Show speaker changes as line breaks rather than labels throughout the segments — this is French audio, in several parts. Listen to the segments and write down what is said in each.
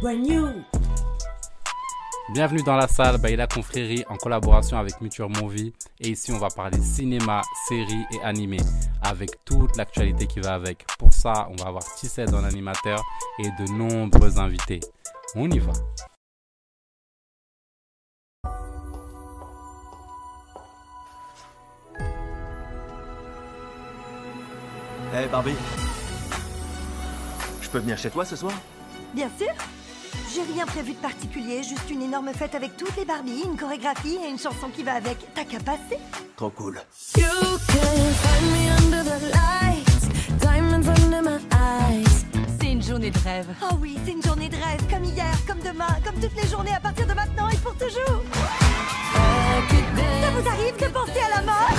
brand new.
Bienvenue dans la salle Baila Confrérie en collaboration avec Muture Movie. Et ici, on va parler cinéma, séries et animé avec toute l'actualité qui va avec. Pour ça, on va avoir Tissette en animateur et de nombreux invités. On y va.
Hey Eh, Barbie. Je peux venir chez toi ce soir
Bien sûr J'ai rien prévu de particulier, juste une énorme fête avec toutes les Barbies, une chorégraphie et une chanson qui va avec. T'as qu'à passer
Trop cool.
You can find me under the lights, diamonds under my eyes.
C'est une journée de rêve.
Oh oui, c'est une journée de rêve, comme hier, comme demain, comme toutes les journées à partir de maintenant et pour toujours
I could
Ça
dance,
vous arrive de penser à la mort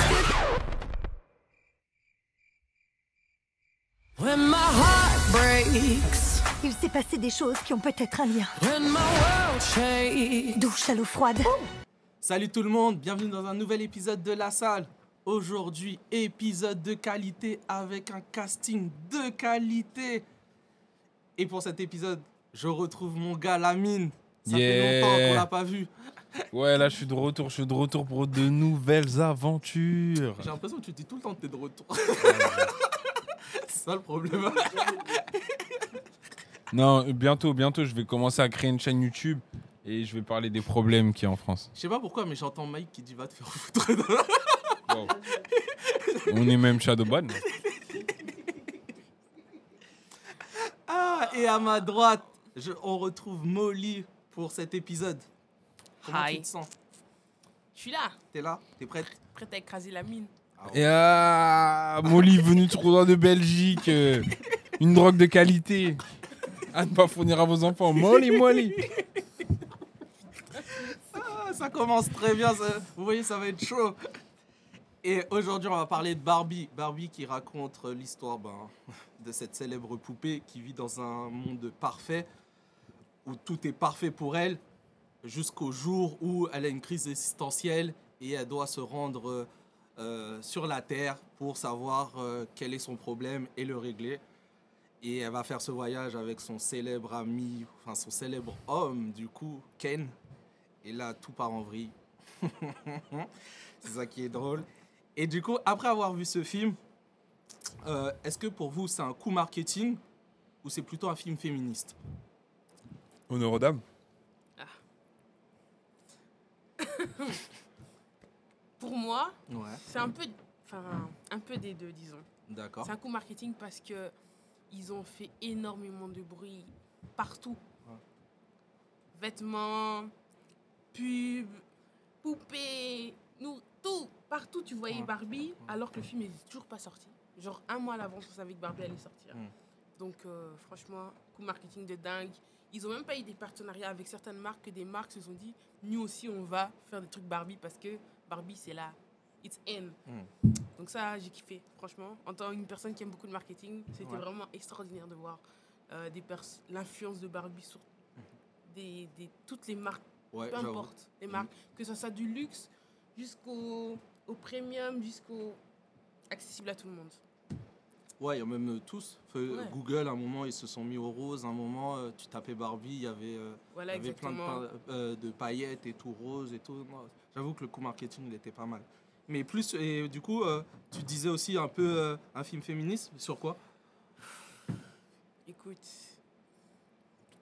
when my heart breaks,
Il s'est passé des choses qui ont peut-être un lien.
when my world shakes.
Douche à l'eau froide.
Salut tout le monde, bienvenue dans un nouvel épisode de La Salle. Aujourd'hui, épisode de qualité avec un casting de qualité. Et pour cet épisode, je retrouve mon gars Lamine. Ça fait
Yeah.
longtemps qu'on l'a pas vu.
Ouais, là, je suis de retour, je suis de retour pour de nouvelles aventures.
J'ai l'impression que tu dis tout le temps que t'es de retour. C'est ça le problème.
Non, bientôt, bientôt, je vais commencer à créer une chaîne YouTube et je vais parler des problèmes qu'il y a en France.
Je sais pas pourquoi, mais j'entends Mike qui dit va te faire foutre.
Wow. On est même Shadowban.
ah, et à ma droite, je- on retrouve Molly pour cet épisode. Comment
Hi.
tu te sens
Je suis là,
T'es là T'es prête
prête à écraser la mine.
Et ah, Molly venue trop loin de Belgique, euh, une drogue de qualité à ne pas fournir à vos enfants. Molly, Molly.
Ah, Ça commence très bien, ça- vous voyez, ça va être chaud. Et aujourd'hui, on va parler de Barbie. Barbie qui raconte euh, l'histoire ben, de cette célèbre poupée qui vit dans un monde parfait, où tout est parfait pour elle, jusqu'au jour où elle a une crise existentielle et elle doit se rendre euh, euh, sur la Terre pour savoir euh, quel est son problème et le régler. Et elle va faire ce voyage avec son célèbre ami, enfin son célèbre homme du coup, Ken. Et là, tout part en vrille. c'est ça qui est drôle. Et du coup, après avoir vu ce film, euh, est-ce que pour vous, c'est un coup marketing ou c'est plutôt un film féministe
Honneur aux dames.
Pour moi,
Ouais,
c'est un peu, enfin, un peu des deux, disons.
d'accord.
C'est un coup marketing parce que ils ont fait énormément de bruit partout.
Ouais.
Vêtements, pubs, poupées, nous, tout, partout tu voyais
Ouais.
Barbie, alors que le film n'est toujours pas sorti. Genre un mois à l'avance, on savait que Barbie allait sortir.
Mm.
Donc euh, franchement, coup marketing de dingue. Ils ont même pas eu des partenariats avec certaines marques que des marques se sont dit, nous aussi on va faire des trucs Barbie parce que Barbie c'est là, it's in. Donc ça, j'ai kiffé, franchement. En tant qu'une personne qui aime beaucoup le marketing, c'était
Ouais.
vraiment extraordinaire de voir euh, des pers- l'influence de Barbie sur des, des- toutes les marques,
Mhm. Ouais,
peu
j'avoue. Mhm.
importe les marques, que ce soit du luxe jusqu'au au premium, jusqu'au accessible à tout le monde.
Ouais, il y a même euh, tous. Feu- euh,
Ouais.
Google, à un moment, ils se sont mis au rose. À un moment, euh, tu tapais Barbie, il y avait, euh, il
Voilà
y avait plein de,
exactement.
pa- euh, de paillettes et tout rose et tout. Non, J'avoue que le coup marketing, il était pas mal. Mais plus, et du coup, euh, tu disais aussi un peu euh, un film féministe. Sur quoi
Écoute,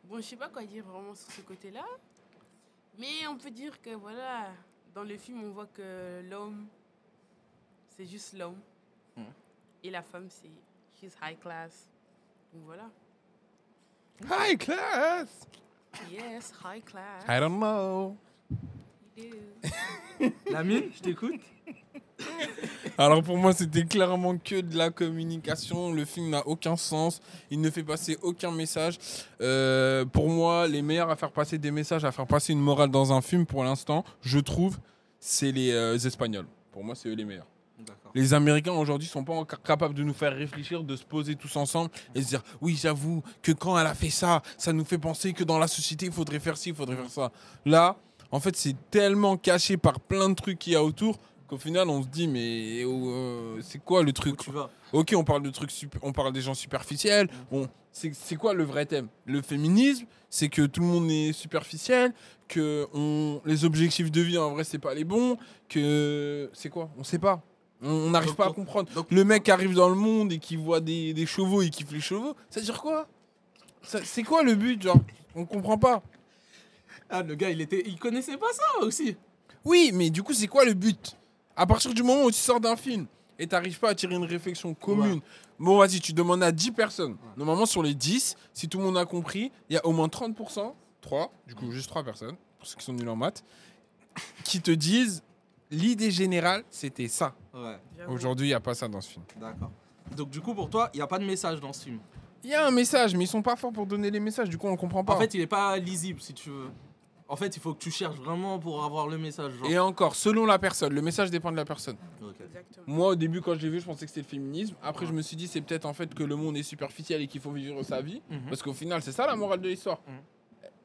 bon, je sais pas quoi dire vraiment sur ce côté-là, mais on peut dire que voilà, dans le film, on voit que l'homme, c'est juste l'homme,
Mhm.
et la femme, c'est she's high class. Donc voilà,
High class.
yes, high class.
I don't know.
you do.
Lamine, je t'écoute.
Alors pour moi, c'était clairement que de la communication. Le film n'a aucun sens. Il ne fait passer aucun message. Euh, pour moi, les meilleurs à faire passer des messages, à faire passer une morale dans un film, pour l'instant, je trouve, c'est les euh, Espagnols. Pour moi, c'est eux les meilleurs.
D'accord.
Les Américains aujourd'hui sont pas encore capables de nous faire réfléchir, de se poser tous ensemble et se dire oui j'avoue que quand elle a fait ça, ça nous fait penser que dans la société il faudrait faire ci, il faudrait faire ça. Là, en fait c'est tellement caché par plein de trucs qu'il y a autour Qu'au final, on se dit, mais euh, c'est quoi le
Où
truc
tu vas
Ok, on parle de trucs, sup- on parle des gens superficiels. Bon, c'est c'est quoi le vrai thème Le féminisme, c'est que tout le monde est superficiel, que on, les objectifs de vie en vrai c'est pas les bons, que c'est quoi On sait pas. On- On n'arrive
Donc,
pas à
donc,
comprendre.
donc-
le mec qui arrive dans le monde et qui voit des, des chevaux et qui fait les chevaux, ça veut dire quoi Ça- C'est quoi le but, genre On comprend pas.
Ah, le gars, il était, il connaissait pas ça aussi.
Oui, mais du coup, c'est quoi le but À partir du moment où tu sors d'un film et t'arrives pas à tirer une réflexion commune, bon, vas-y, tu demandes à 10 personnes. Normalement, sur les 10, si tout le monde a compris, il y a au moins 30%, 3, du coup, juste 3 personnes, pour ceux qui sont nuls en maths, qui te disent l'idée générale, c'était ça.
Ouais,
J'avoue.
Aujourd'hui, il n'y a pas ça dans ce film.
d'accord. Donc du coup, pour toi, il y a pas de message dans ce film.
Il y a un message, mais ils sont pas forts pour donner les messages, du coup, on comprend pas.
En fait, il est pas lisible, si tu veux. En fait, il faut que tu cherches vraiment pour avoir le message. Genre.
et encore, selon la personne, le message dépend de la personne.
Ok.
Exactement.
Moi, au début, quand je l'ai vu, je pensais que c'était le féminisme. Après, je me suis dit, c'est peut-être en fait que le monde est superficiel et qu'il faut vivre sa vie.
Mhm.
Parce qu'au final, c'est ça la morale de l'histoire.
Mhm.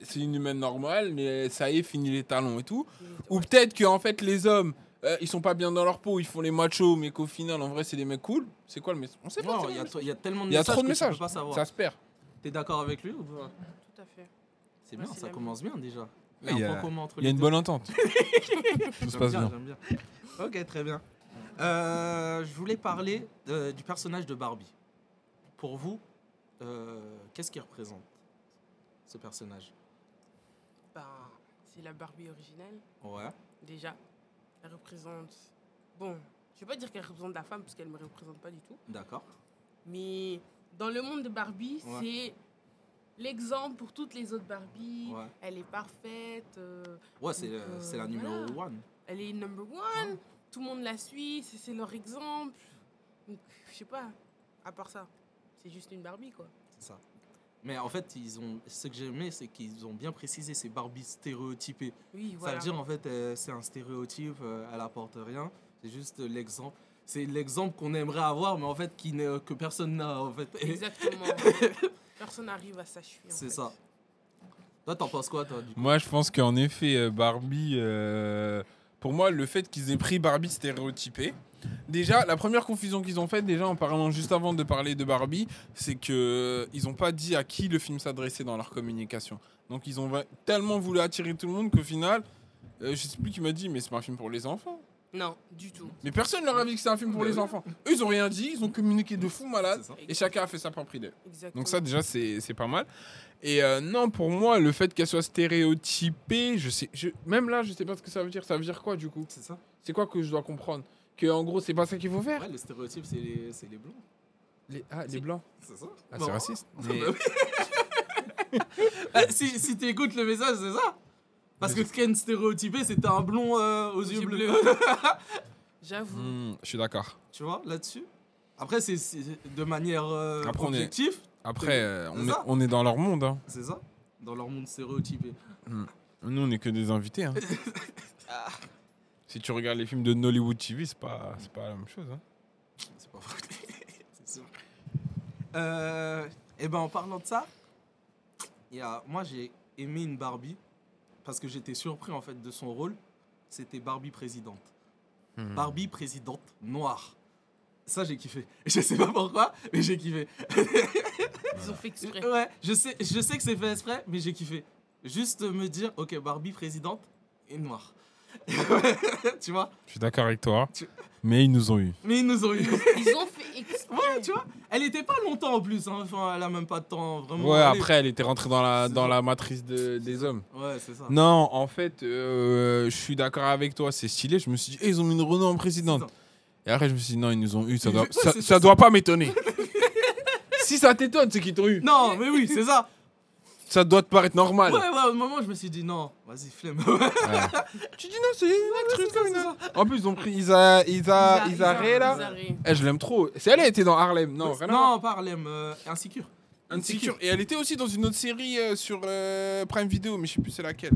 C'est une humaine normale, mais ça y est, fini les talons et tout. Ou
Ouais.
peut-être que en fait, les hommes, euh, ils sont pas bien dans leur peau, ils font les machos, mais qu'au final, en vrai, c'est des mecs cool. C'est quoi le message On sait pas.
Non, il
c'est
y,
le
a
message.
t- il y a tellement de
Il y a
messages.
trop de
que
messages.
Tu peux pas savoir.
Ça se perd.
T'es d'accord avec lui ou pas
Tout à fait.
C'est
Ouais,
bien,
c'est
ça
la
commence bien déjà. Il
Il
y
y
a un
a-
point commun entre
Il y a
les
une
deux.
bonne entente. Tout se
J'aime
passe
bien,
bien.
j'aime bien. Ok, très bien. Euh, je voulais parler euh, du personnage de Barbie. Pour vous, euh, qu'est-ce qu'il représente ce personnage
Ben, c'est la Barbie originale,
Ouais.
déjà. Elle représente. Bon, je vais pas dire qu'elle représente la femme, parce qu'elle me représente pas du tout.
D'accord.
Mais dans le monde de Barbie,
Ouais.
c'est l'exemple pour toutes les autres Barbie.
Ouais.
Elle est parfaite. euh,
Ouais, c'est
Donc,
euh,
euh,
c'est la numéro
voilà.
one.
elle est number one. Tout le monde la suit. C'est c'est leur exemple. Donc, je sais pas. À part ça, c'est juste une Barbie, quoi.
C'est ça. Mais en fait, ils ont. Ce que j'ai aimé, c'est qu'ils ont bien précisé ces Barbies stéréotypées.
Oui,
Ça
voilà.
veut dire en fait, euh, c'est un stéréotype, euh, elle apporte rien. C'est juste euh, l'exemple. C'est l'exemple qu'on aimerait avoir, mais en fait, qui n'est- euh, que personne n'a en fait. Et
Exactement. Personne n'arrive à s'achever. en
C'est
fait.
ça. Toi, t'en penses quoi, toi, du coup
Moi, je pense qu'en effet, euh, Barbie. euh, pour moi, le fait qu'ils aient pris Barbie stéréotypée. Déjà, la première confusion qu'ils ont faite, déjà en parlant juste avant de parler de Barbie, c'est que euh, ils n'ont pas dit à qui le film s'adressait dans leur communication. Donc, ils ont va- tellement voulu attirer tout le monde qu'au final, euh, je sais plus qui m'a dit, mais c'est pas un film pour les enfants.
Non, du tout.
Mais personne leur a dit que c'est un film pour les enfants. Eux, ils ont rien dit, ils ont communiqué de fou malade,
Bah C'est ça.
et chacun a fait sa propre idée.
Exactement.
Donc ça déjà c'est c'est pas mal. Et euh, non pour moi le fait qu'elle soit stéréotypée, je sais, je, même là je sais pas ce que ça veut dire. Ça veut dire quoi du coup
C'est ça.
C'est quoi que je dois comprendre Que en gros c'est pas ça qu'il faut faire
Ouais, le stéréotype, c'est les, c'est les blancs.
les, Ah les
C'est-
blancs.
C'est Bah ça.
Ah
Bon.
c'est raciste.
Mais- Ah, si si tu écoutes le message, c'est ça. Parce que Ken stéréotypé, c'était un blond euh, aux yeux
yeux
bleus.
J'avoue.
Mmh.
Hmm, je suis d'accord.
tu vois, là-dessus. Après, c'est c'est de manière euh,
Après, on est-
objective,
Après euh, on,
C'est
est,
ça.
on est dans leur monde. hein.
c'est ça, dans leur monde stéréotypé.
Nous on est que des invités. hein.
Ah.
si tu regardes les films de Nollywood TV c'est pas c'est pas la même chose. hein.
C'est pas vrai. c'est sûr. Euh, et ben, en parlant de ça, il y a- moi j'ai aimé une Barbie parce que j'étais surpris en fait de son rôle. C'était Barbie présidente.
Hmm.
Barbie présidente noire. Ça, j'ai kiffé. Je sais pas pourquoi, mais j'ai kiffé.
Ils ont fait exprès.
Ouais, je sais, je sais que c'est fait exprès, mais j'ai kiffé. Juste me dire, ok, Barbie présidente et noire. tu vois
Je suis d'accord avec toi.
Tu-
Mais ils nous ont eu.
Mais ils nous ont eu.
Ils ont fait exprès.
Ouais, tu vois Elle était pas longtemps en plus, hein. enfin, elle a même pas de temps vraiment.
Ouais
Elle est-
après elle était rentrée dans la
C'est
dans
ça.
la matrice de- des hommes.
Ouais, c'est ça.
Non, en fait, euh, je suis d'accord avec toi, c'est stylé. Je me suis dit, Eh, ils ont mis une Renault en présidente. Et après, je me suis dit, non, ils nous ont eu, ça
Ils-
doit,
ouais,
ça,
c'est-
ça
c'est-
doit pas m'étonner. si ça t'étonne, c'est qu'ils t'ont eu.
Non, mais oui, c'est ça.
Ça doit te paraître
Ouais,
normal.
ouais, au moment, je me suis dit non, vas-y, flemme.
Ouais. tu dis, non, c'est une actrice comme une
c'est
autre. En plus, ils ont pris Isa, Isa,
Ils
Isa Ray, Ah, là. Eh, je l'aime trop. C'est elle, elle était dans Harlem. Non, rien à voir.
non, parle, euh, insécure.
Insecure. Et elle était aussi dans une autre série euh, sur euh, Prime Video, mais je sais plus c'est laquelle.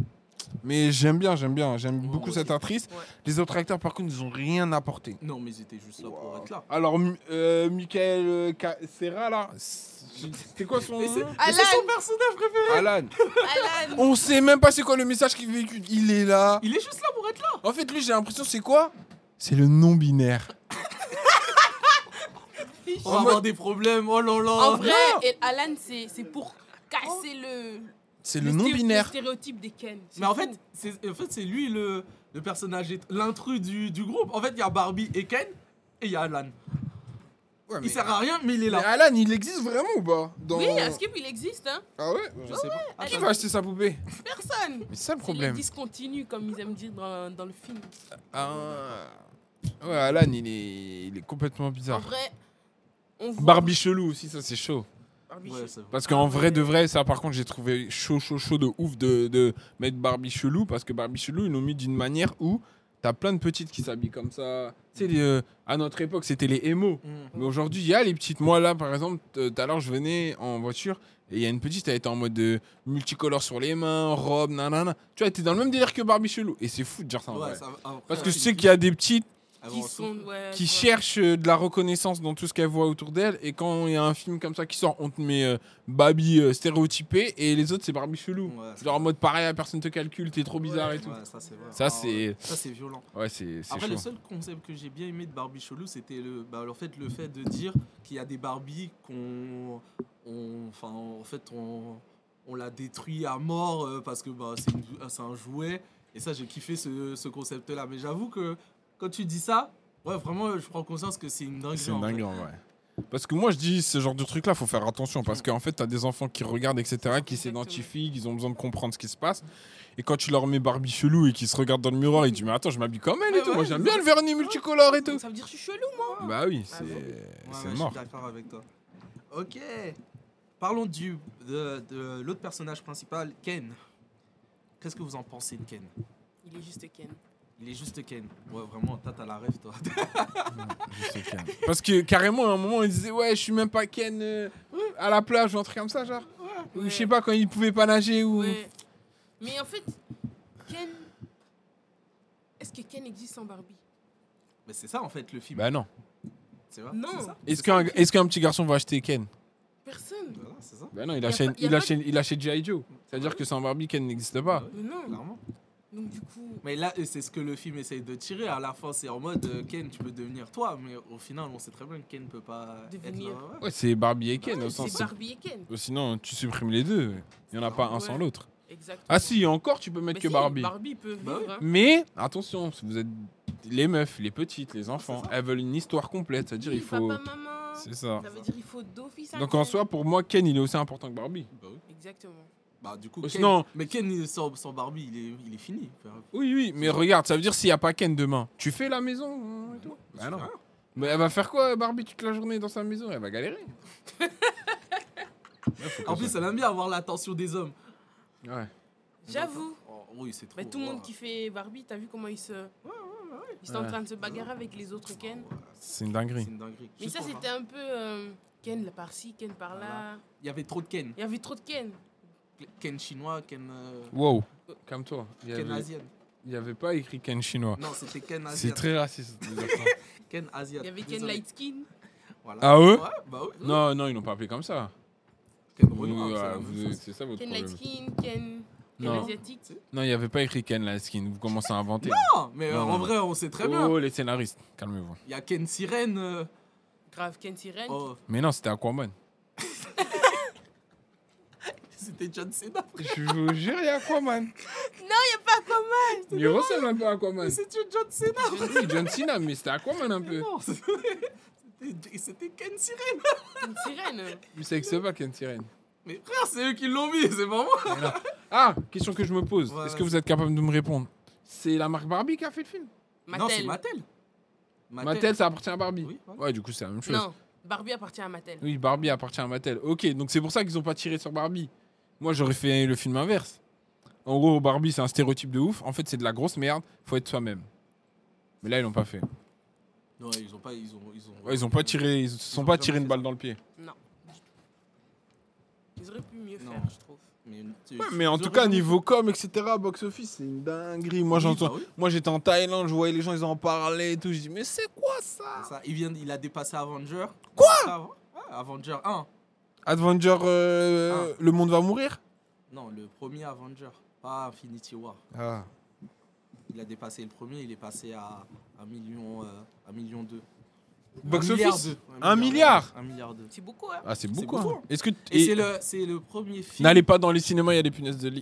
Mais j'aime bien, j'aime bien, j'aime
Ouais,
beaucoup
moi
cette
aussi.
actrice.
Ouais.
Les autres acteurs, par contre, ils ont rien apporté.
Non, mais ils étaient juste là pour être là.
Alors, Mi- euh, Michael euh, Ca- Serra, là, c'était quoi son
Mais c'est
nom
Ah
mais c'est son personnage préféré.
Alan.
Alan,
On sait même pas c'est quoi le message qu'il véhicule. Il est là.
Il est juste là pour être là.
En fait, lui, j'ai l'impression, c'est quoi c'est le non-binaire.
On va avoir des problèmes, oh là là.
En vrai, et Alan, c'est c'est pour casser le,
C'est le
stéré-
non-binaire.
stéréotype des Ken. C'est
Mais en
tout.
fait, c'est en fait, c'est lui le, le personnage, est- l'intrus du, du groupe. En fait, il y a Barbie et Ken, et il y a Alan.
Ouais, mais- Ah,
Il sert à rien, mais il est
mais
là.
Alan, il existe vraiment ou pas Dans-
oui, à Skip, il existe, hein.
Ah ouais
Je sais pas.
Qui va acheter sa poupée
Personne.
Mais c'est
C'est
ça le
les
problème.
discontinus, comme ils aiment dire dans, dans le film.
Ah. Ouais, Alan, il est, il est complètement
En
bizarre.
vrai, on voit. Ah,
Barbie chelou aussi, ça c'est chaud.
Barbie
Ouais,
chelou.
c'est vrai.
Parce qu'en vrai de vrai, ça par contre, j'ai trouvé chaud, chaud, chaud de ouf de, de mettre Barbie chelou. Parce que Barbie chelou, ils l'ont mis d'une manière où t'as plein de petites qui s'habillent comme ça. Tu sais, les, euh, à notre époque, c'était les émos.
Mm.
Mais aujourd'hui, il y a les petites. Moi, là, par exemple, t- euh, tout à l'heure, je venais en voiture et il y a une petite, elle était en mode euh, multicolore sur les mains, robe, nanana. Tu vois, elle était dans le même délire que Barbie chelou. Et c'est fou de dire ça en
Ouais,
vrai.
ça va- après,
Parce que je
ils-
sais qu'il y a des petites
elles vont
Qui
en
sont. ouais,
qui
ouais.
cherchent euh, de la reconnaissance dans tout ce qu'elles voient autour d'elles. Et quand il y a un film comme ça qui sort, on te met euh, Barbie euh, stéréotypée et les autres, c'est Barbie chelou.
Ouais, c'est
Genre en mode pareil, la personne te calcule, t'es trop bizarre et tout.
Ouais, ça c'est vrai.
Ça,
Ah,
c'est-
ouais. ça c'est violent.
Ouais, c'est c'est
Après
chaud.
le seul concept que j'ai bien aimé de Barbie chelou, c'était le bah, en fait le fait de dire qu'il y a des Barbies qu'on on- enfin en fait on on la détruit à mort euh, parce que bah c'est une- euh, c'est un jouet et ça j'ai kiffé ce, ce concept là mais j'avoue que quand tu dis ça Ouais, vraiment, euh, je prends conscience que c'est une dinguerie.
C'est
en fait.
dingue, en vrai. Parce que moi, je dis, ce genre de truc-là, faut faire attention. Parce qu'en fait, t'as des enfants qui regardent, etc., qui
Exactement.
s'identifient, qui ont besoin de comprendre ce qui se passe. Et quand tu leur mets Barbie chelou et qu'ils se regardent dans le miroir, ils disent, mais attends, je m'habille comme elle et
Ouais,
tout. moi,
ouais,
j'aime
c'est
bien
ça.
le vernis multicolore et tout.
Donc ça veut dire que je suis chelou, moi.
Bah oui,
Ah bon
c'est
Ouais,
c'est
ouais, Je
mort.
suis d'accord avec toi. Ok. Parlons du, de, de l'autre personnage principal, Ken. Qu'est-ce que vous en pensez de Ken
Il est juste Ken.
Il est juste Ken. Ouais, vraiment, toi, t'as la rêve, toi.
Parce que carrément, à un moment, ils disaient Ouais, je suis même pas Ken euh, à la plage ou un truc comme ça, genre. Ou
Ouais.
je sais pas, quand ils pouvaient pas nager ou.
Ouais. Mais en fait, Ken. Est-ce que Ken existe sans Barbie
Mais c'est ça, en fait, le film.
Bah non.
c'est vrai
non.
c'est ça.
Est-ce qu'un est petit garçon va acheter Ken
Personne.
Voilà, c'est ça.
Bah non, il
a
achète,
pas- y a
il
pas
achète, il achète G.I. Joe. C'est-à-dire que sans Barbie, Ken n'existe pas.
Mais non.
Clairement.
Donc du coup,
Mais là, euh, c'est ce que le film essaye de tirer. À la fin, c'est en mode euh, Ken, tu peux devenir toi. Mais au final, on sait très bien que Ken peut pas
Devenir.
être. là, ouais.
Ouais, c'est Barbie et Ken, au sens.
c'est Barbie et Ken.
c'est- Sinon, tu supprimes les deux. Il y en a pas un
Ouais.
sans l'autre.
Exactement.
Ah si, encore, tu peux mettre
Mais
que
si,
Barbie.
Barbie peut
Bah
vivre. hein.
Mais attention, si vous êtes les meufs, les petites, les enfants, elles veulent une histoire complète. C'est-à-dire,
Oui,
il faut.
Papa, maman.
C'est ça.
Ça veut dire il faut d'office. un
Donc en
Ken.
soi, pour moi, Ken, il est aussi important que Barbie.
Exactement.
Bah, du coup,
Oh,
Ken-
sinon-
Mais Ken, il- sans, sans Barbie, il est, il est fini.
Oui, oui, mais regarde, ça veut dire s'il n'y a pas Ken demain, tu fais la maison euh, et tout Bah non. Mais elle va faire quoi, Barbie, toute la journée dans sa maison Elle va galérer. Ouais, faut que
En plus,
ça-
elle aime bien avoir l'attention des hommes.
ouais.
J'avoue.
Oh, oui, c'est trop.
Mais tout le
wow.
monde qui fait Barbie, t'as vu comment ils se. Ils sont en
Ouais.
train de se bagarrer avec les autres Ken.
c'est une
C'est
dinguerie.
une dinguerie.
Mais
Juste
ça,
pour
c'était un peu. euh, Ken par-ci, Ken par-là.
Il y avait trop de Ken.
Il y avait trop de Ken.
Ken chinois, Ken. euh,
Wow. Comme toi, il n'y
Ken
avait,
asienne.
il y avait pas écrit Ken chinois.
Non, c'était Ken
C'est
asienne.
très raciste. de dire ça.
Ken asienne.
Il y avait Ken light skin.
Voilà.
Ah ouais
Ouais, bah oui.
non, non, ils l'ont pas appelé comme ça.
Ken
Vous-
Renoir, c'est
ah,
la même
vous-
chose.
C'est ça votre
Ken light
problème.
skin, Ken. Ken
Non.
asiatique.
Non, il n'y avait pas écrit Ken la skin. Vous commencez à inventer.
Non, mais euh,
Non, non.
en vrai, on sait très bien.
oh, les scénaristes, calmez-vous.
Il y a Ken Sirène. euh,
Grave, Ken sirène.
oh,
Mais non, c'était Aquaman.
c'était John Cena.
Je vous jure, il y a Aquaman.
Pas comme moi.
Il ressemble un peu à Aquaman.
Mais c'était John Cena.
Oui, John Cena, mais c'était Aquaman un peu.
Non, c'était- c'était Ken Sirène.
Ken sirène.
Mais c'est avec ce bac, une sirène.
Mais frère, c'est eux qui l'ont mis, c'est pas moi.
Ah, question que je me pose.
Ouais,
Est-ce que
vas-y.
vous êtes capable de me répondre C'est la marque Barbie qui a fait le film
Non, c'est
Mattel.
Mattel.
Mattel, ça appartient à Barbie.
Oui, voilà.
Ouais, du coup, c'est la même chose.
Non, Barbie appartient à Mattel.
Oui, Barbie appartient à Mattel. Ok, donc c'est pour ça qu'ils ont pas tiré sur Barbie. Moi, j'aurais fait le film inverse. En gros, Barbie, c'est un stéréotype de ouf. En fait, c'est de la grosse merde. Faut être soi-même. Mais là, ils l'ont pas fait.
Non, ils ont pas. Ils ont. Ils ont,
Ouais, ils ont pas tiré. Ils se sont
ont
pas
jamais
tiré une
fait
balle dans le pied.
Ils auraient pu mieux
Non.
faire, je trouve.
Mais,
Ouais, mais en tout cas, niveau com, etc., box office, c'est une dinguerie. Moi,
bah
j'entends. Moi j'étais en Thaïlande, je voyais les gens, ils en parlaient et tout. Je dis, mais c'est quoi ça
Ça, il, vient, il a dépassé Avenger. Quoi Avenger 1.
Avenger, euh, le monde va mourir
Non, le premier Avenger. Pas Infinity War.
Ah.
Il a dépassé le premier, il est passé à 1 million, euh, un million deux.
Box
Un milliard
office
deux.
Un milliard
Un milliard deux.
C'est beaucoup, hein.
Ah, c'est
C'est
beaucoup. hein.
beaucoup.
Est-ce que t-
Et,
et-
c'est le, c'est le premier film.
N'allez pas dans les cinémas, il y a des punaises de lit.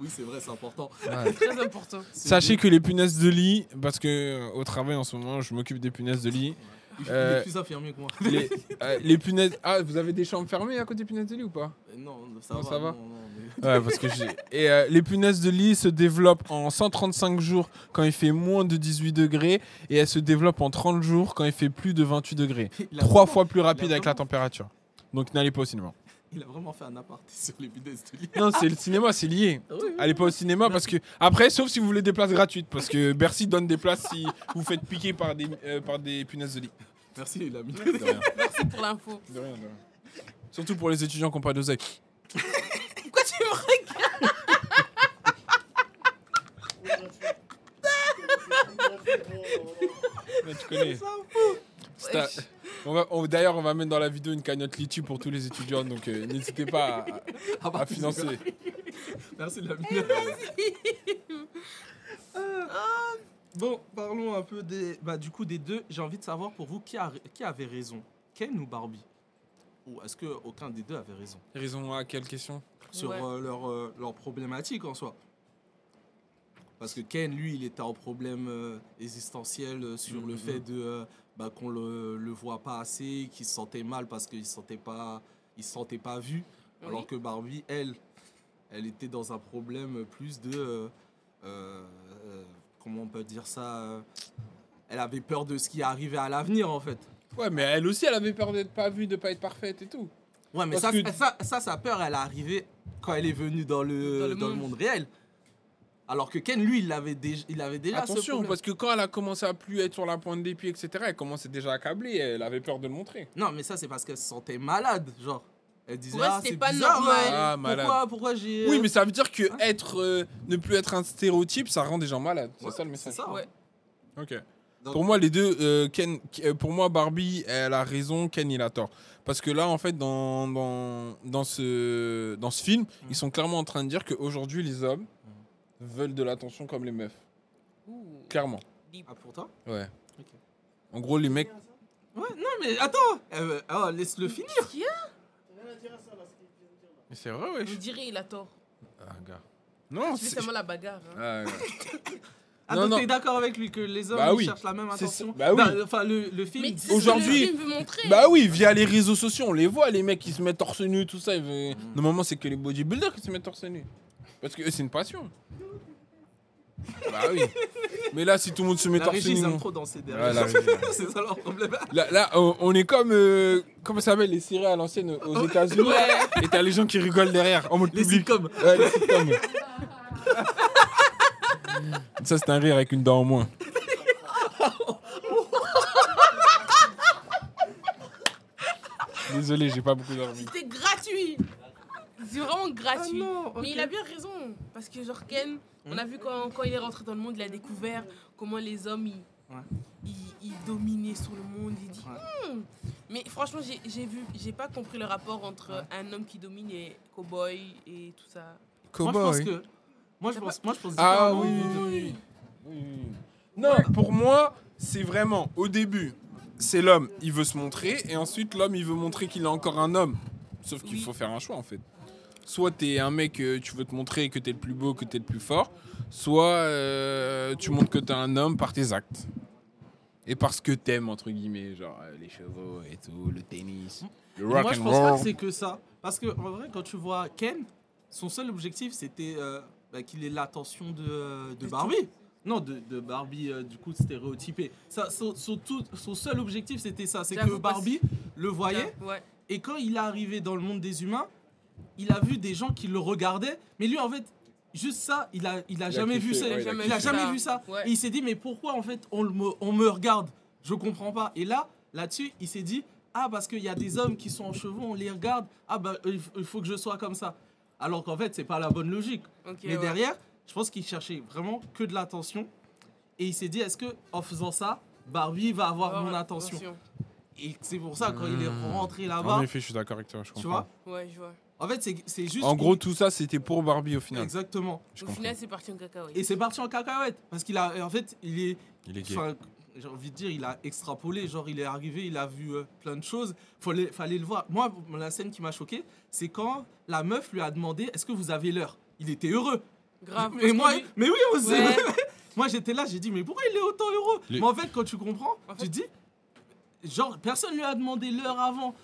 Oui, c'est vrai, c'est important.
Très important.
C'est
Sachez
le-
que les punaises de lit, parce que euh, au travail en ce moment, je m'occupe des punaises de lit.
Il
euh,
est plus infirmier que moi.
Les, euh, les punaises. Ah, vous avez des chambres fermées à côté des punaises de lit ou pas
Non, ça
Non,
va.
ça va.
non, non, mais-
Ouais, parce que j'ai. Et euh, les punaises de lit se développent en 135 jours quand il fait moins de 18 degrés et elles se développent en 30 jours quand il fait plus de 28 degrés.
Il a
Trois
vraiment-
fois plus rapide avec la
vraiment-
température. Donc n'allez pas au cinéma.
Il a vraiment fait un aparté sur les punaises de lit.
Non, c'est le cinéma, c'est lié.
Ah oui,
Allez pas au cinéma parce que après, sauf si vous voulez des places gratuites, parce que Bercy donne des places si vous faites piquer par des euh, par des punaises de lit.
Merci, il a mis.
De rien,
Merci pour l'info.
de rien, de rien. Surtout pour les étudiants qui n'ont pas d'oseille.
Pourquoi tu me regardes
Ouais, tu connais. C'est un- On va- on- D'ailleurs, on va mettre dans la vidéo une cagnotte Litchi pour tous les étudiants, donc euh, n'hésitez pas
Ah,
à,
bah,
à financer.
Merci, il a mis. Euh, Bon, parlons un peu des. Bah, du coup, des deux. J'ai envie de savoir pour vous qui, a- qui avait raison, Ken ou Barbie Ou est-ce que aucun des deux avait raison
Raison à quelle question
sur
Ouais.
euh, leur, euh, leur problématique en soi Parce que Ken, lui, il était en problème euh, existentiel euh, sur le
Mhm.
fait de euh, bah, qu'on le, le voit pas assez, qu'il se sentait mal parce qu'il se sentait pas, il se sentait pas vu. Alors
Oui.
que Barbie, elle, elle était dans un problème plus de. euh, euh, euh, comment on peut dire ça euh, Elle avait peur de ce qui arrivait à l'avenir en fait.
Ouais, mais elle aussi, elle avait peur d'être pas vue, de pas être parfaite et tout.
Ouais, mais
Parce
ça,
que-
ça, ça, sa peur, elle est arrivée quand elle est venue dans le,
Dans le
dans le
monde.
monde réel. Alors que Ken, lui, il l'avait déjà. Il avait déjà ce
Attention,
problème.
parce que quand elle a commencé à plus être sur la pointe des pieds, etc., elle commençait déjà à accabler, elle avait peur de le montrer.
Non, mais ça, c'est parce qu'elle se sentait malade. Genre, elle disait,
Pour elle,
ah,
c'était
c'est
pas
bizarre,
normal.
ouais.
Ah, malade.
pourquoi, pourquoi j'ai. euh,
Oui, mais ça veut dire que être, euh, ne plus être un stéréotype, ça rend des gens malades. C'est
Ouais,
ça le
c'est
message.
ça.
Ouais.
Ok.
Donc-
pour moi, les deux, euh, Ken, euh, pour moi, Barbie, elle a raison, Ken, il a tort. Parce que là, en fait, dans, dans, dans ce, dans ce film, ils sont clairement en train de dire qu'aujourd'hui, les hommes veulent de l'attention comme les meufs.
Ouh.
Clairement.
Ah, pourtant
Ouais.
Ok.
En gros, les mecs.
Ouais, non, mais attends. Euh, oh, laisse-le finir.
Qu'est-ce qu'il y a
Mais c'est vrai, ouais.
On dirait il a tort.
Ah, gars. Non,
C'est
c'est.
seulement la bagarre. hein.
Ah, gars.
Ah,
Non, non.
donc t'es d'accord avec lui que les hommes
Bah
ils
oui.
cherchent la même
C'est
attention
ça. Bah oui.
Non, Enfin, le, le film.
Mais c'est ce que
Aujourd'hui-
le film veut montrer.
Bah oui, via les réseaux sociaux, on les voit, les mecs qui se mettent torse nu, tout ça. ils veulent-
Mm.
Normalement, c'est que les bodybuilders qui se mettent torse nu. Parce que eux, c'est une passion. bah oui. Mais là, si tout le monde se met
la
torse
régie,
nu.
ils aiment
non.
trop danser
Ouais,
derrière.
la régie.
c'est ça leur problème.
Là, là, on on est comme. euh, comment ça s'appelle Les séries à l'ancienne aux États-Unis. Et t'as les gens qui rigolent derrière, en mode
Oh. Les
public.
sitcoms.
Ouais, les sitcoms. ça, c'est un rire avec une dent en moins. Désolé, j'ai pas beaucoup dormi.
C'était gratuit. C'est vraiment gratuit.
Ah non, ok. Hmm.
Mais il a bien raison. Parce que genre Ken, on a vu quand, quand il est rentré dans le monde, il a découvert comment les hommes, ils,
Ouais.
ils- ils dominaient sur le monde. Il dit... Hmm. Mais franchement, j'ai j'ai vu, j'ai pas compris le rapport entre un homme qui domine et cowboy et tout ça.
Moi, je pense que. Moi, je
T'as
pense, moi, je pense
Ah
différemment.
oui, oui, oui, oui. Non, pour moi, c'est vraiment au début, c'est l'homme, il veut se montrer, et ensuite l'homme, il veut montrer qu'il est encore un homme. Sauf qu'il
Oui.
faut faire un choix en fait. Soit t'es un mec, euh, tu veux te montrer que t'es le plus beau, que t'es le plus fort, soit euh, tu montres que t'es un homme par tes actes. Et parce que t'aimes, entre guillemets, genre euh, les chevaux et tout, le tennis, le rock
Moi, je
and
pense pas
roll.
que c'est que ça. Parce que, en vrai, quand tu vois Ken, son seul objectif, c'était euh, bah, qu'il ait l'attention de, euh, de Barbie. Non, de, de Barbie, euh, du coup, stéréotypée. Ça, son, son tout- son seul objectif, c'était ça. C'est que
J'avoue pas
Barbie le voyait.
Ouais.
Et quand il est arrivé dans le monde des humains, il a vu des gens qui le regardaient. Mais lui, en fait, juste ça, il a, il a
a
jamais vu
kiffé,
ça.
ouais,
il a jamais,
kiffé.
vu ça.
Ouais.
Et il s'est dit, mais pourquoi, en fait, on, le me, on me regarde Je comprends pas. Et là, là-dessus, il s'est dit, ah, parce qu'il y a des hommes qui sont en chevaux, on les regarde. Ah, bah, il f- il faut que je sois comme ça. Alors qu'en fait, c'est pas la bonne logique.
Ok,
Mais
ouais.
derrière, je pense qu'il cherchait vraiment que de l'attention. Et il s'est dit, est-ce que en faisant ça, Barbie va avoir
Oh,
mon attention Et c'est pour ça, quand il est rentré là-bas, Ah,
En effet, je suis d'accord avec toi, je
tu
comprends.
vois
Ouais, je vois.
En fait, c'est c'est juste.
En gros,
il-
tout ça, c'était pour Barbie au final.
Exactement.
Je
Au
comprends.
final, c'est parti en cacahuète.
Et c'est parti en cacahuète. Parce qu'il a. En fait, il est.
Il est gay.
Enfin, j'ai envie de dire, il a extrapolé. Genre, il est arrivé, il a vu euh, plein de choses. Fallait, fallait le voir. Moi, la scène qui m'a choqué, c'est quand la meuf lui a demandé Est-ce que vous avez l'heure Il était heureux.
Grave.
Mais, moi,
Ah, Parce que lui-
mais oui, on sait.
Ouais.
moi, j'étais là, j'ai dit Mais pourquoi il est autant heureux
Les-
Mais en fait, quand tu comprends,
En
tu
fait-
dis Genre, personne lui a demandé l'heure avant.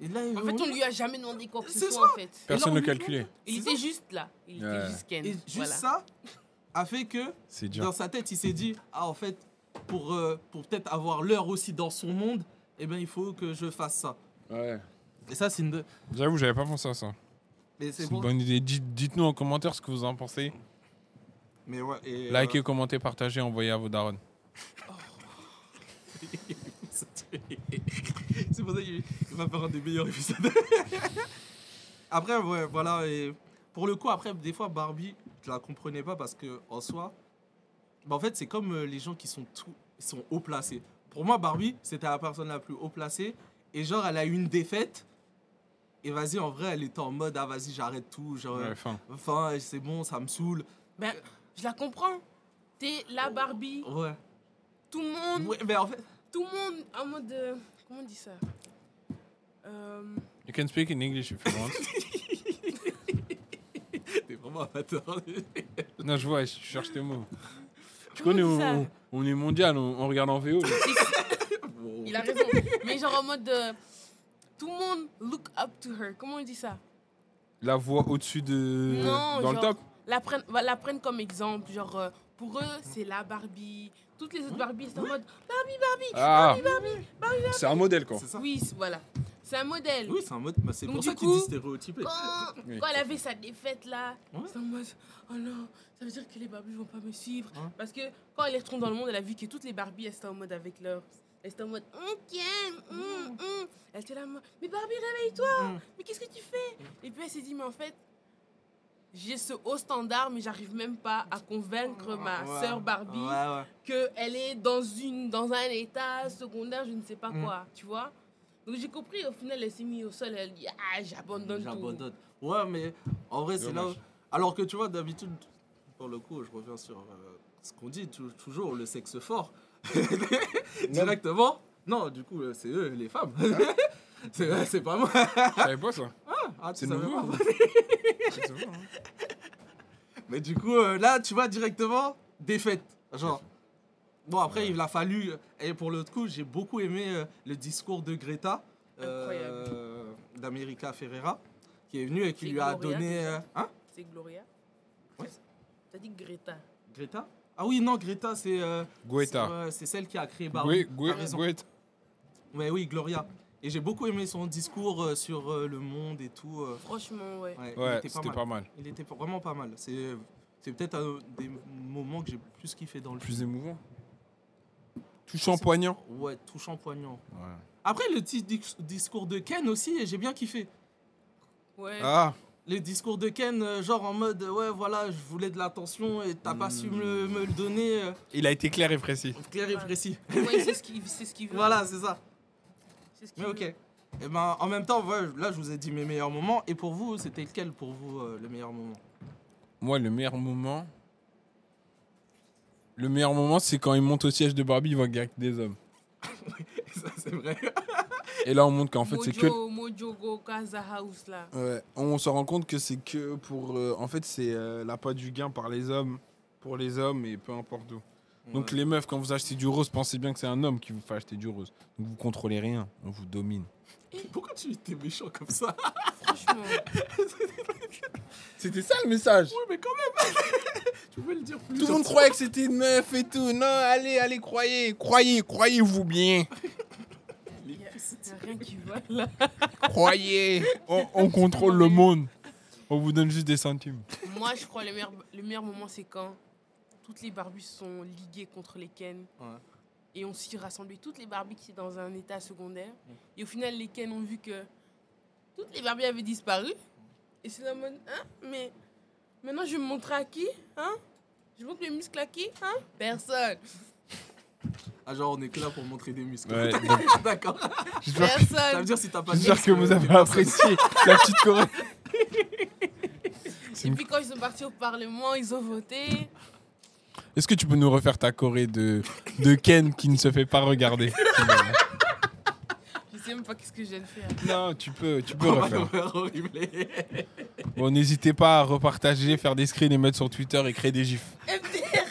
Et là,
En fait, on lui a jamais demandé quoi que ce
Mmh. C'est
soit, en fait.
Personne
Et
ne
là, on-
calculait.
Il était juste là. Il
Ouais.
était juste Ken.
Et juste
Voilà.
ça a fait que
C'est
dans
dur.
sa tête, il s'est dit ah en fait pour euh, pour peut-être avoir l'heure aussi dans son monde, eh ben il faut que je fasse ça.
Ouais.
Et ça c'est une de-
J'avoue, j'avais pas pensé à ça.
mais c'est
C'est
bon.
une bonne idée. Dites- Dites-nous en commentaire ce que vous en pensez.
Mais ouais et euh,
Likez, commentez, partagez, envoyez à vos darons.
c'est pour ça qu'il il va faire un des meilleurs épisodes. après ouais voilà et pour le coup après des fois Barbie, je la comprenais pas parce que en soi bah, en fait c'est comme euh, les gens qui sont tout sont haut placés. Pour moi Barbie, c'était la personne la plus haut placée et genre elle a eu une défaite et vas-y en vrai elle était en mode ah vas-y j'arrête tout genre
Ouais, fin.
Enfin, c'est bon, ça me saoule.
Ben, je la comprends. T'es la Barbie.
Ouais.
Tout le monde.
Ouais, mais en fait,
Tout le monde en mode. euh, comment on dit ça Euh,
You can speak in English if you want.
t'es vraiment amateur.
non, je vois, je cherche tes mots. Tu
Comment
connais,
on dit ça
on, on est mondial, on, on regarde en VO. là.
Bon.
Il a raison. Mais genre en mode. euh, tout le monde look up to her. Comment on dit ça
La voix au-dessus de.
Non,
dans
genre-
le top.
La prennent, voilà, la prennent comme exemple. Genre, euh, pour eux, c'est la Barbie. Toutes les autres Barbies, c'est en mode.
Ah C'est un modèle, quoi.
C'est ça
Oui, c'est- voilà. C'est un modèle.
Oui, c'est un mode. bah, c'est
Donc,
pour
du
ça qu'il
coup-
dit stéréotypé.
Quand,
Oui.
quand elle avait sa défaite là,
Ouais.
c'est en mode oh non, ça veut dire que les Barbies vont pas me suivre.
Ouais.
Parce que quand elle est retournée dans le monde, elle a vu que toutes les Barbies elles étaient en mode avec leur. Elles étaient en mode ok, mm, mm. Elle était là, en mode, mais Barbie réveille-toi,
Mm.
mais qu'est-ce que tu fais Et puis elle s'est dit, mais en fait, j'ai ce haut standard, mais j'arrive même pas à convaincre ma
Ah,
Ouais.
sœur Barbie
Ouais, ouais.
qu'elle est dans, une, dans un état secondaire, je ne sais pas
Mm.
quoi, tu vois donc j'ai compris, au final elle s'est mise au sol, elle dit Ah, j'abandonne tout.
J'abandonne. Ouais, mais en vrai, c'est là.
Dommage.
où- Alors que tu vois, d'habitude, pour le coup, je reviens sur euh, ce qu'on dit tou- toujours le sexe fort. Directement. Non, du coup, euh, c'est eux, les femmes. c'est c'est pas moi.
Je savais pas ça.
Ah, tu
Ah. C'est
savais
nouveau.
pas.
Je savais pas, hein.
Mais du coup, euh, là, tu vois directement, défaite. Genre. Bon, après, il a fallu. Et pour l'autre coup, j'ai beaucoup aimé euh, le discours de Greta, euh, d'America Ferreira, qui est venue et qui
Et
lui a
Gloria,
donné.
déjà.
euh, hein
C'est Gloria
Ouais.
T'as dit Greta.
Greta Ah oui, non, Greta, c'est. euh, c'est,
Guetta.
euh, c'est celle qui a créé Barbie.
Gue- Gue-
T'as raison.
Guetta.
Mais oui, Gloria. Et j'ai beaucoup aimé son discours euh, sur euh, le monde et tout. euh,
Franchement, ouais.
ouais, il
Ouais,
était pas
c'était
mal.
pas mal.
Il était vraiment pas mal. C'est, c'est peut-être un des moments que j'ai plus kiffé dans le film.
Plus émouvant. Touchant poignant.
Ouais, touchant poignant.
Ouais.
Après, le petit dis- discours de Ken aussi, j'ai bien kiffé.
Ouais.
Ah
Le discours de Ken, euh, genre en mode, euh, ouais, voilà, je voulais de l'attention et t'as pas su me, le- me le donner, euh,
Il a été clair et précis.
clair et précis.
Ouais, c'est ce qu'il c'est ce qu'il veut.
voilà, c'est ça.
C'est ce qu'il
Mais ok.
veut.
Et ben, en même temps, ouais, là, je vous ai dit mes meilleurs moments. Et pour vous, c'était lequel pour vous euh, le meilleur moment
Moi, le meilleur moment. Le meilleur moment, c'est quand il monte au siège de Barbie, il voit qu'il y a que des hommes.
Ça, c'est vrai.
Et là, on montre qu'en fait, c'est que.
Mojo, Mojo Go Casa House là.
Ouais, on se rend compte que c'est que pour. euh, en fait, c'est euh, la pas du gain par les hommes, pour les hommes et peu importe où. Donc,
Ouais.
les meufs, quand vous achetez du rose, pensez bien que c'est un homme qui vous fait acheter du rose. Donc, vous contrôlez rien, on vous domine.
Pourquoi tu étais méchant comme ça
Franchement.
C'était ça le message
Oui, mais quand même Tu peux le dire plus
Tout le monde croyait que c'était une meuf et tout. Non, allez, allez, croyez, croyez, croyez-vous bien.
Il n'y a, y a rien qui va là.
Croyez. On, on contrôle le monde. On vous donne juste des centimes.
Moi, je crois le meilleur, le meilleur moment, c'est quand toutes les Barbies sont liguées contre les Ken.
Ouais.
Et on s'y rassemblait toutes les Barbies qui étaient dans un état secondaire.
Mm.
Et au final, les Ken ont vu que toutes les Barbies avaient disparu. Et c'est la mode, hein Mais maintenant, je vais me montrer à qui Hein Je montre mes muscles à qui Hein Personne.
Ah, genre, on est que là pour montrer des muscles.
Ouais,
D'accord.
J'espère
Ça veut
Personne.
dire si t'as pas
j'espère que vous
t'es
avez
personne.
apprécié la petite choré. C'est
Et
une-
puis quand ils sont partis au Parlement, ils ont voté.
Est-ce que tu peux nous refaire ta Corée de, de Ken qui ne se fait pas regarder
Je sais même pas qu'est-ce que je viens de faire.
Non, tu peux, tu peux
On va nous
refaire.
faire horrible.
Bon, n'hésitez pas à repartager, faire des screens et mettre sur Twitter et créer des gifs.
MDR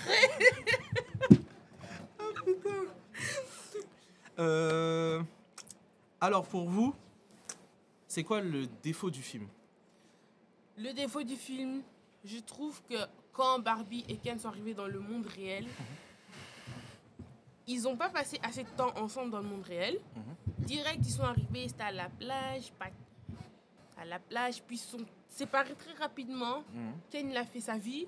Euh, Alors pour vous, c'est quoi le défaut du film
Le défaut du film, je trouve que quand Barbie et Ken sont arrivés dans le monde réel, ils n'ont pas passé assez de temps ensemble dans le monde réel.
Mhm.
Direct, ils sont arrivés, c'était à la plage, pas- à la plage, puis ils se sont séparés très rapidement.
Mhm.
Ken, il a fait sa vie.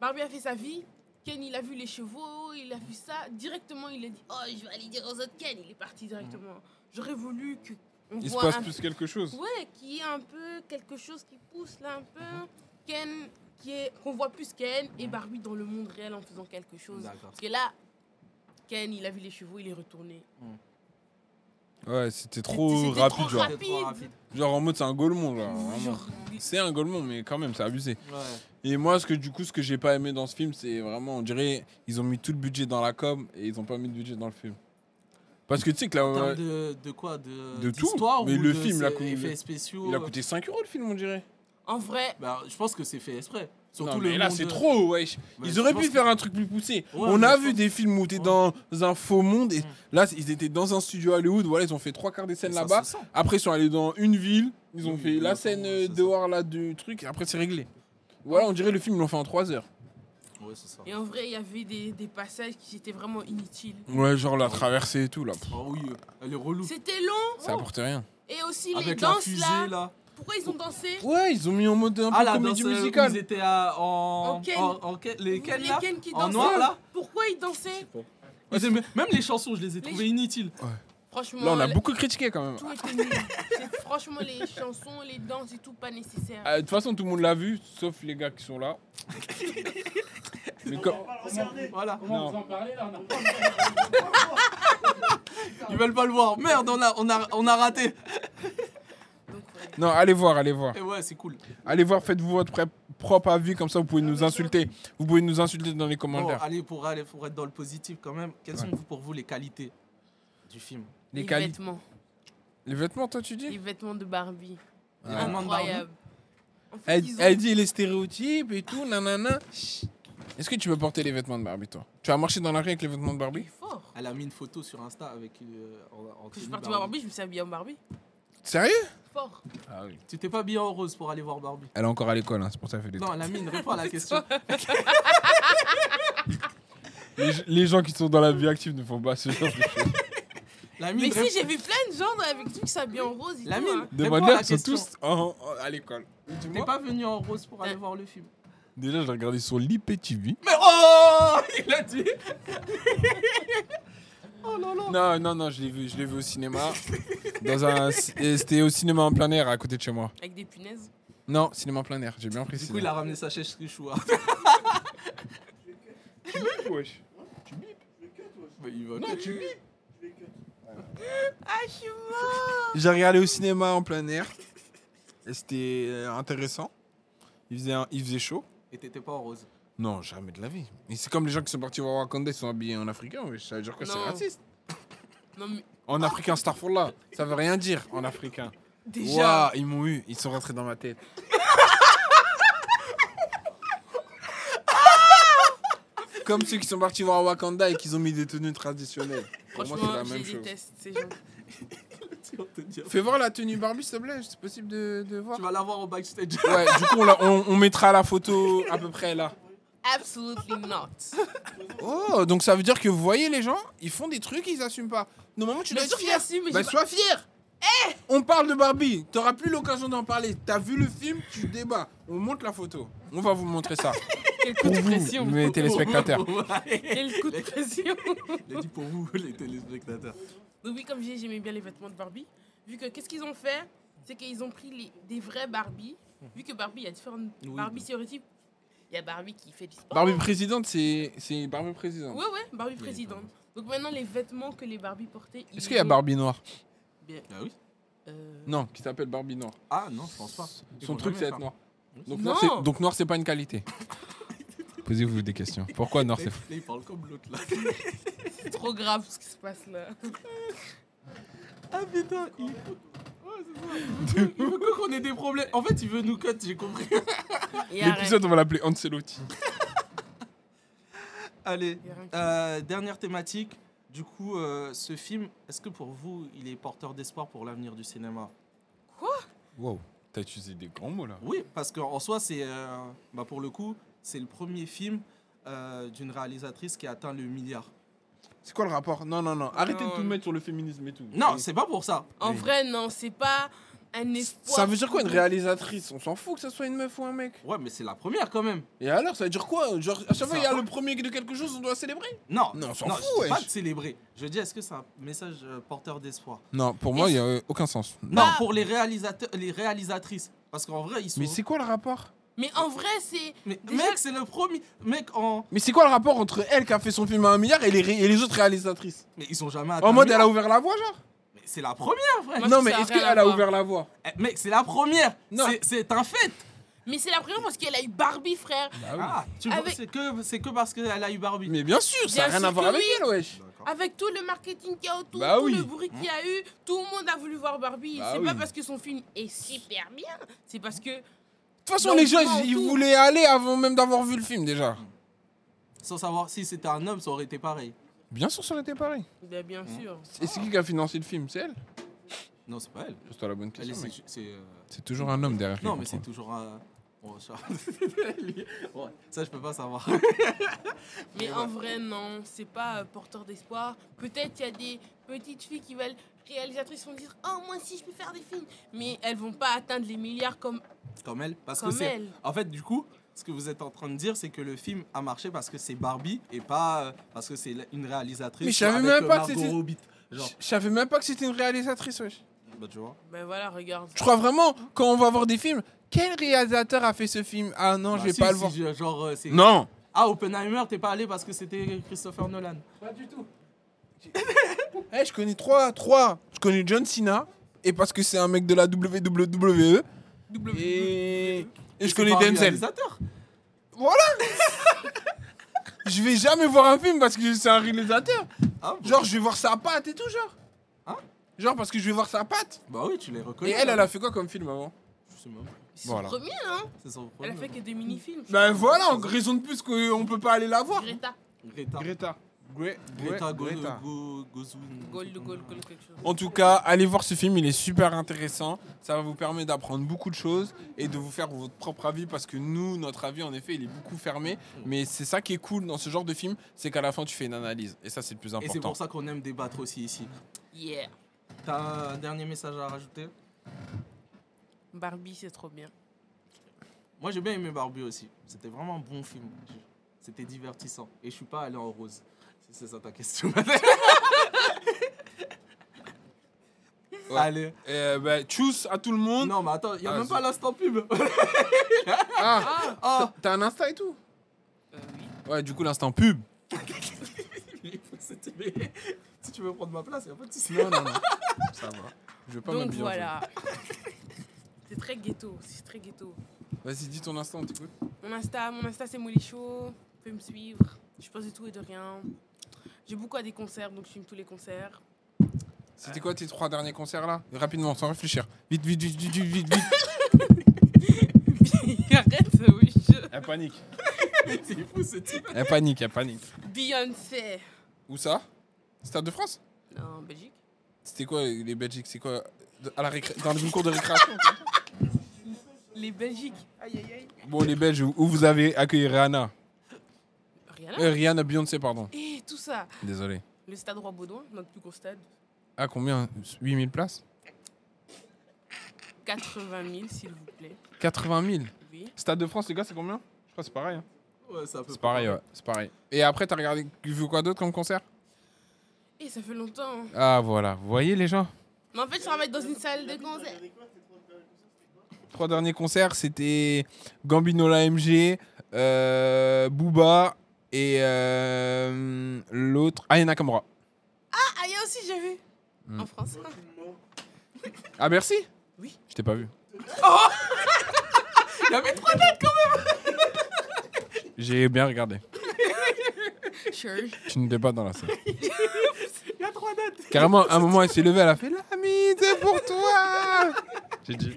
Barbie a fait sa vie. Ken, il a vu les chevaux, il a vu ça. Directement, il a dit Oh, je vais aller dire aux autres Ken. Il est parti directement. J'aurais voulu que. on
Mhm. Il se
voit
passe
un
plus quelque chose.
Ouais, qui est un peu quelque chose qui pousse là un peu. Ken, qui est qu'on voit plus Ken et Barbie dans le monde réel en faisant quelque chose.
D'accord.
Parce que là, Ken, il a vu les chevaux, il est retourné.
Ouais, c'était
C'était-
trop
c'était
rapide,
trop
genre.
Rapide.
C'est trop rapide. Ah,
Genre en mode c'est un golemon, là. vraiment.
Genre,
C'est un golemon, mais quand même, c'est abusé.
Ouais.
Et moi, ce que du coup, ce que j'ai pas aimé dans ce film, c'est vraiment, on dirait, ils ont mis tout le budget dans la com et ils ont pas mis le budget dans le film. Parce que tu sais que
En
là, euh,
termes de, de quoi De,
De tout,
d'histoire
mais
ou
le
de
film,
ses
la com-
effets spéciaux
il a coûté 5 euros le film, on dirait.
En vrai,
Bah, je pense que c'est fait exprès. Surtout
non, mais
le
là,
monde- euh,
c'est trop, wesh.
Bah,
Ils
je
auraient
pense
pu
que-
faire un truc plus poussé.
Ouais,
on
mais
a
je
vu
pense-
des films où t'es
Ouais.
dans un faux monde et
Mm.
là, ils étaient dans un studio à Hollywood. Voilà, ils ont fait trois quarts des scènes
Ça se
là-bas.
sent.
Après, ils sont allés dans une ville. Ils ont
Oui,
fait la
exactement,
scène euh,
c'est ça.
dehors là du truc et après, c'est réglé. Voilà, on dirait le film, ils l'ont fait en 3 heures.
Ouais, c'est ça.
et en vrai, il y avait des, des passages qui étaient vraiment inutiles.
Ouais, genre la traversée et tout là. pff,
Oh oui, euh, elle est relou.
C'était long
Ça apporte rien.
et aussi les
Avec la
danses
fusée
là.
là.
Pourquoi ils ont dansé
Ouais, ils ont mis en mode un peu
Ah la danse
comédie
euh, où
musicale.
Ils étaient à- en,
En Ken.
en- en Ken- les Ken là,
Ken qui
en
dansaient.
noir là.
Pourquoi ils dansaient
Ils aimaient- Même les chansons, je les ai trouvées inutiles.
Franchement,
Là, on a
la-
beaucoup critiqué quand même.
tout était nul. C'est- Franchement, les chansons, les danses et tout, pas nécessaire.
Euh, De toute façon, tout le monde l'a vu, sauf les gars qui sont là. Mais quand-
Voilà.
Non.
Ils veulent pas le voir. Merde, on a, on a, on a raté. Ah.
Donc, euh, ouais.
Non, allez voir, allez voir.
Et ouais, c'est cool.
Allez voir, faites-vous votre pré- propre avis, comme ça vous pouvez nous insulter. Vous pouvez nous insulter dans les
Bon,
commentaires.
allez pour aller pour être dans le positif quand même. Quelles sont pour vous les qualités du film
les, quali-
vêtements.
les vêtements, toi, tu
Les
dis
vêtements de Barbie.
Ah,
Les vêtements de Barbie
Incroyable. En fait,
elle,
ils ont-
elle dit les stéréotypes et tout, nanana. Chut. Est-ce que tu peux porter les vêtements de Barbie, toi Tu as marché dans la rue avec les vêtements de Barbie
Fort.
Elle a mis une photo sur Insta avec euh, en, en
Quand je
tenue
suis partie voir
Barbie.
Barbie, je me suis habillée en Barbie.
Sérieux
Fort.
Ah oui.
Tu t'es pas bien en rose pour aller voir Barbie.
Elle est encore à l'école, hein, c'est pour ça qu'elle fait des
Non, la mine, réponds à la question.
Les, les gens qui sont dans la vie active ne font pas ce genre de choses.
La
Mais
mine,
si, j'ai vu plein de gens avec tout qui s'habillent en rose. et
La
tout,
mine.
hein.
Réponds à la
Demande-leur, ils sont
question.
tous en- en- à l'école.
t'es
Dis-moi.
pas venu en rose pour aller
Ouais.
voir le film.
Déjà, je l'ai regardé sur l'IPTV.
Mais oh Il a dit Oh là là
Non, non, non, je l'ai vu, je l'ai vu au cinéma. Dans un, c'était au cinéma en plein air à côté de chez moi.
Avec des punaises.
Non, cinéma en plein air, j'ai bien
Du
précisé.
coup, il a ramené sa chaise hein. Richouard. Mais il va que-
Ah, je suis mort.
J'ai regardé au cinéma en plein air. Et c'était euh, intéressant. Il faisait, un- il faisait chaud.
Et t'étais pas en rose.
Non, jamais de la vie. Et c'est comme les gens qui sont partis voir Wakanda, ils sont habillés en africain. mais Ça veut dire que c'est
Non.
raciste.
Non, mais
En africain, Starfall, ça veut rien dire en africain.
déjà.
Waouh, ils m'ont eu, ils sont rentrés dans ma tête. Comme ceux qui sont partis voir Wakanda et qu'ils ont mis des tenues traditionnelles. Pour moi, c'est la
Franchement, je
même
les
chose.
déteste, ces gens.
Tu vas te dire.
Fais voir la tenue Barbie, s'il te plaît, c'est possible de, de voir.
Tu vas l'avoir au backstage.
Ouais, du coup, on, la- on- on mettra la photo à peu près là.
Absolutely not.
Oh, donc ça veut dire que vous voyez les gens, ils font des trucs, ils assument pas. Normalement, tu
Bien
dois être
sûr qu'ils
fier.
assument, mais
Bah,
j'ai pas- Eh
sois fier. on parle de Barbie. T'auras plus l'occasion d'en parler. T'as vu le film, tu débats. On montre la photo. On va vous montrer ça.
Quel coup
Pour
de
vous,
pression.
mes téléspectateurs.
Quel coup de pression.
Il a dit pour vous, les téléspectateurs.
Donc oui, comme j'ai j'aimais bien les vêtements de Barbie. Vu que qu'est-ce qu'ils ont fait C'est qu'ils ont pris les- des vrais Barbie. Vu que Barbie, il y a différentes
Oui.
Barbie stéréotypes. Il y a Barbie qui fait du sport.
Barbie présidente, c'est c'est Barbie présidente.
Ouais, ouais, Barbie présidente. Donc maintenant, les vêtements que les Barbie portaient.
Est-ce
ils
qu'il y a
ont-
Barbie noire
Bien,
Ah oui
euh,
Non, qui s'appelle Barbie noire.
Ah non, je pense pas. Ils
Son
vont
truc,
jamais
c'est être
faire.
noir. Donc
Non.
noir, c'est- donc noir, c'est pas une qualité. Posez-vous des questions. Pourquoi noir,
Là,
c'est
il parle comme l'autre là.
C'est trop grave ce qui se passe là.
Ah putain, il... Ouais, c'est ça. Il veut- Il veut que qu'on ait des problèmes. En fait, il veut nous cut, j'ai compris.
Et arrête.
L'épisode, on va l'appeler Ancelotti.
Allez,
Il y a
Ah,
rien qui-
euh, dernière thématique. Du coup, euh, ce film, est-ce que pour vous, il est porteur d'espoir pour l'avenir du cinéma
Wow. T'as utilisé des grands mots là.
Oui, parce qu'en soi, c'est, euh, bah, pour le coup, c'est le premier film euh, d'une réalisatrice qui a atteint le milliard.
C'est quoi le rapport Non, non, non. Arrêtez
Non. euh,
de tout mettre sur le féminisme et tout.
Non, c'est pas pour ça.
En
Oui.
vrai, non, c'est pas un espoir.
Ça veut dire quoi une réalisatrice On s'en fout que ça soit une meuf ou un mec.
Ouais, mais c'est la première quand même.
Et alors, ça veut dire quoi Genre, à chaque fois,
Ça
il y a
va.
le premier de quelque chose, on doit célébrer
Non,
Non, on s'en
je
fout,
dis pas
wesh.
de célébrer. Je dis, est-ce que c'est un message euh, porteur d'espoir
Non, pour
moi, il y
a euh, aucun sens.
Non, pour les, réalisateurs, les réalisatrices. Parce qu'en vrai, ils sont.
Mais c'est quoi le rapport
Mais en vrai, c'est.
Mais
Déjà-
mec, c'est le premier. Mec, en.
Mais c'est quoi le rapport entre elle qui a fait son film à un milliard et les, ré- et les autres réalisatrices
Mais ils ont jamais atteint.
En mode,
le-
elle a ouvert la voie, genre
Mais c'est la première,
Moi,
frère.
je
Non,
trouve
mais
ça
est-ce
rien à
qu'elle a
voir.
ouvert la voie
Eh, Mec, c'est la première.
Non.
C'est- C'est un fait.
Mais c'est la première parce qu'elle a eu Barbie, frère.
Ah, tu vois,
Avec-
c'est que, c'est que parce qu'elle a eu Barbie.
Mais bien sûr, ça
Bien
n'a rien
sûr
à voir
que
avec
oui.
elle, wesh
D'accord.
Avec tout le marketing qu'il y a autour,
Bah
tout
oui.
le bruit qu'il y a eu, tout le monde a voulu voir Barbie.
Bah
c'est
oui.
pas parce que son film est super bien, c'est parce que.
De toute façon,
Donc,
les gens,
non,
ils, ils
tout.
voulaient aller avant même d'avoir vu le film, déjà.
Sans savoir si c'était un homme, ça aurait été pareil.
Bien sûr, ça aurait été pareil.
Bah, bien
Hein.
sûr.
Et c'est qui qui a financé le film C'est elle
Non, c'est pas elle.
Pose-toi la bonne
Elle
question.
est-
mec.
c'est- c'est, euh,
C'est toujours un homme derrière.
Non,
les
mais c'est
contrôles.
toujours un. Bon, ça... Ouais, ça, je peux pas savoir.
Mais en vrai, non, c'est pas euh, porteur d'espoir. Peut-être il y a des petites filles qui veulent réalisatrices qui vont dire Oh, moi aussi, je peux faire des films. Mais elles vont pas atteindre les milliards comme,
Comme elle. Parce que
comme
c'est.
elles.
En fait, du coup, ce que vous êtes en train de dire, c'est que le film a marché parce que c'est Barbie et pas euh, parce que c'est une réalisatrice.
Mais je savais
avec,
même
euh,
pas que
Margot
c'était-
Robbie. Genre,
Je je savais même pas que c'était une réalisatrice, wesh.
bah, tu vois.
Ben voilà, regarde.
Je crois vraiment, quand on va voir des films, quel réalisateur a fait ce film Ah non,
Bah,
je vais
si,
pas
si,
le voir.
je- Genre, euh, c'est-
Non
Ah, Oppenheimer, t'es pas allé parce que c'était Christopher Nolan.
Eh, Je connais trois, trois. Je connais John Cena, et parce que c'est un mec de la WWE. Et, et je
C'est
connais
pas un
Denzel.
réalisateur.
Je vais jamais voir un film parce que c'est un réalisateur.
Ah, bon.
Genre, je vais voir sa patte et tout, genre.
Hein
Genre, parce que je vais voir sa patte.
Bah oui, tu les reconnais.
Et elle, elle a fait quoi comme film avant
Je sais même pas.
C'est
Voilà.
son premier, hein.
C'est son
Elle
problème.
a fait que des mini-films.
Ben voilà, en raison de plus qu'on peut pas aller la voir.
Greta.
Greta.
Greta. Gre-
Greta,
Gre-
Go-
Greta.
Go- Gozu-
Gold, gold, gold, quelque chose.
En tout cas, allez voir ce film, il est super intéressant. Ça va vous permettre d'apprendre beaucoup de choses et de vous faire votre propre avis parce que nous, notre avis, en effet, il est beaucoup fermé. Mais c'est ça qui est cool dans ce genre de film, c'est qu'à la fin, tu fais une analyse. Et ça, c'est le plus
Et c'est
important.
pour ça qu'on aime débattre aussi ici.
Yeah.
T'as un dernier message à rajouter
Barbie, c'est trop bien.
Moi j'ai bien aimé Barbie aussi. C'était vraiment un bon film. C'était divertissant. Et je suis pas allé en rose. Si C'est ça ta question.
Ouais.
Allez.
Euh, ben, tchuss à tout le monde.
Non mais attends, y a
Ah,
même
zut.
pas l'instant pub.
Ah,
Ah.
t'as un Insta et tout
Euh, oui.
Ouais, du coup, l'instant pub.
si tu veux prendre ma place, y a pas de souci.
Non, non, non. Ça va. Je vais pas
Donc
m'habiller. en
voilà. c'est très ghetto. C'est très ghetto.
jaune. Vas-y, dis ton Insta, on t'écoute.
Mon Insta, mon Insta c'est Molly Show. Vous pouvez me suivre. Je pense de tout et de rien. J'ai beaucoup à des concerts, donc je filme tous les concerts.
C'était quoi tes trois derniers concerts là Rapidement, sans réfléchir. Vite, vite, vite, vite, vite, vite. vite.
Arrête, oui. je-
Elle panique.
C'est fou ce type.
Elle panique, elle panique.
Beyoncé.
Où ça Stade de France
Non, Belgique.
C'était quoi les Belgiques C'est quoi de- à la récré- Dans une cours de récréation
Les Belgiques. Aïe, aïe, aïe.
Bon, les Belges, où où vous avez accueilli Rihanna
Rihanna.
Euh, Rihanna Beyoncé, pardon.
Et tout ça.
Désolé.
Le stade Roi Baudouin, notre plus gros stade.
À combien 8000 places
80 000, s'il vous plaît.
80 000.
Oui.
Stade de France, les gars, c'est combien Je crois que c'est pareil. hein.
Ouais, c'est à peu
C'est
près
pareil, ouais. C'est pareil. Et après, t'as regardé, vu quoi d'autre comme concert
Et ça fait longtemps.
Ah, voilà. Vous voyez, les gens
Mais en fait, je travaille dans une salle de concert.
Trois derniers concerts, c'était Gambino l'AMG, euh, Booba et euh, l'autre, Ayana Kamura.
Ah, aïe aussi, j'ai vu. En France.
Ah, merci
Oui.
Je t'ai pas vu.
Oh Il y avait trois dates.
J'ai bien regardé.
Sure.
Tu n'étais pas dans la salle.
Il y a trois dates.
Carrément, à un moment, elle s'est levée, elle a fait l'ami, c'est pour toi J'ai dit.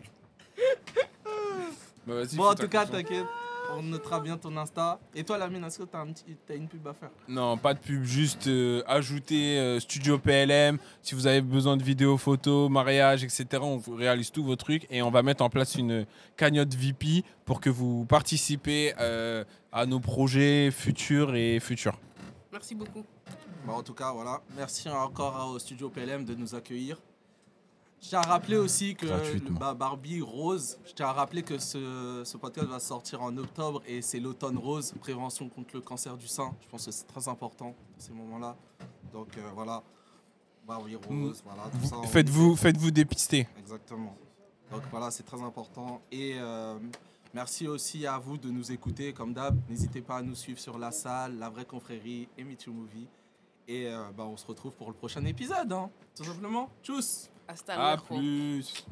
Bah, vas-y,
Bon,
fous
en
ta
tout cas,
chanson.
t'inquiète. On notera bien ton Insta. Et toi, Lamine, est-ce que t'as un petit- t'as une pub à faire
Non, pas de pub, juste euh, ajouter euh, Studio PLM. Si vous avez besoin de vidéos, photos, mariage, etc., on vous réalise tous vos trucs et on va mettre en place une cagnotte VP pour que vous participez euh, à nos projets futurs et futurs.
Merci beaucoup.
Bon, en tout cas, voilà. Merci encore au studio PLM de nous accueillir. Je tiens à rappeler aussi que
Gratuitement.
le- bah, Barbie Rose, je tiens à rappeler que ce, ce podcast va sortir en octobre et c'est l'automne rose, prévention contre le cancer du sein. Je pense que c'est très important ces moments-là. Donc euh, voilà, Barbie Rose, voilà, tout ça. on-
Faites-vous faites -vous dépister.
Exactement. Donc voilà, c'est très important. Et euh, merci aussi à vous de nous écouter, comme d'hab. N'hésitez pas à nous suivre sur La Salle, La Vraie Confrérie et Meet Your Movie. Et euh, bah, on se retrouve pour le prochain épisode, hein, tout simplement. Tchuss
Hasta
À
luego.
plus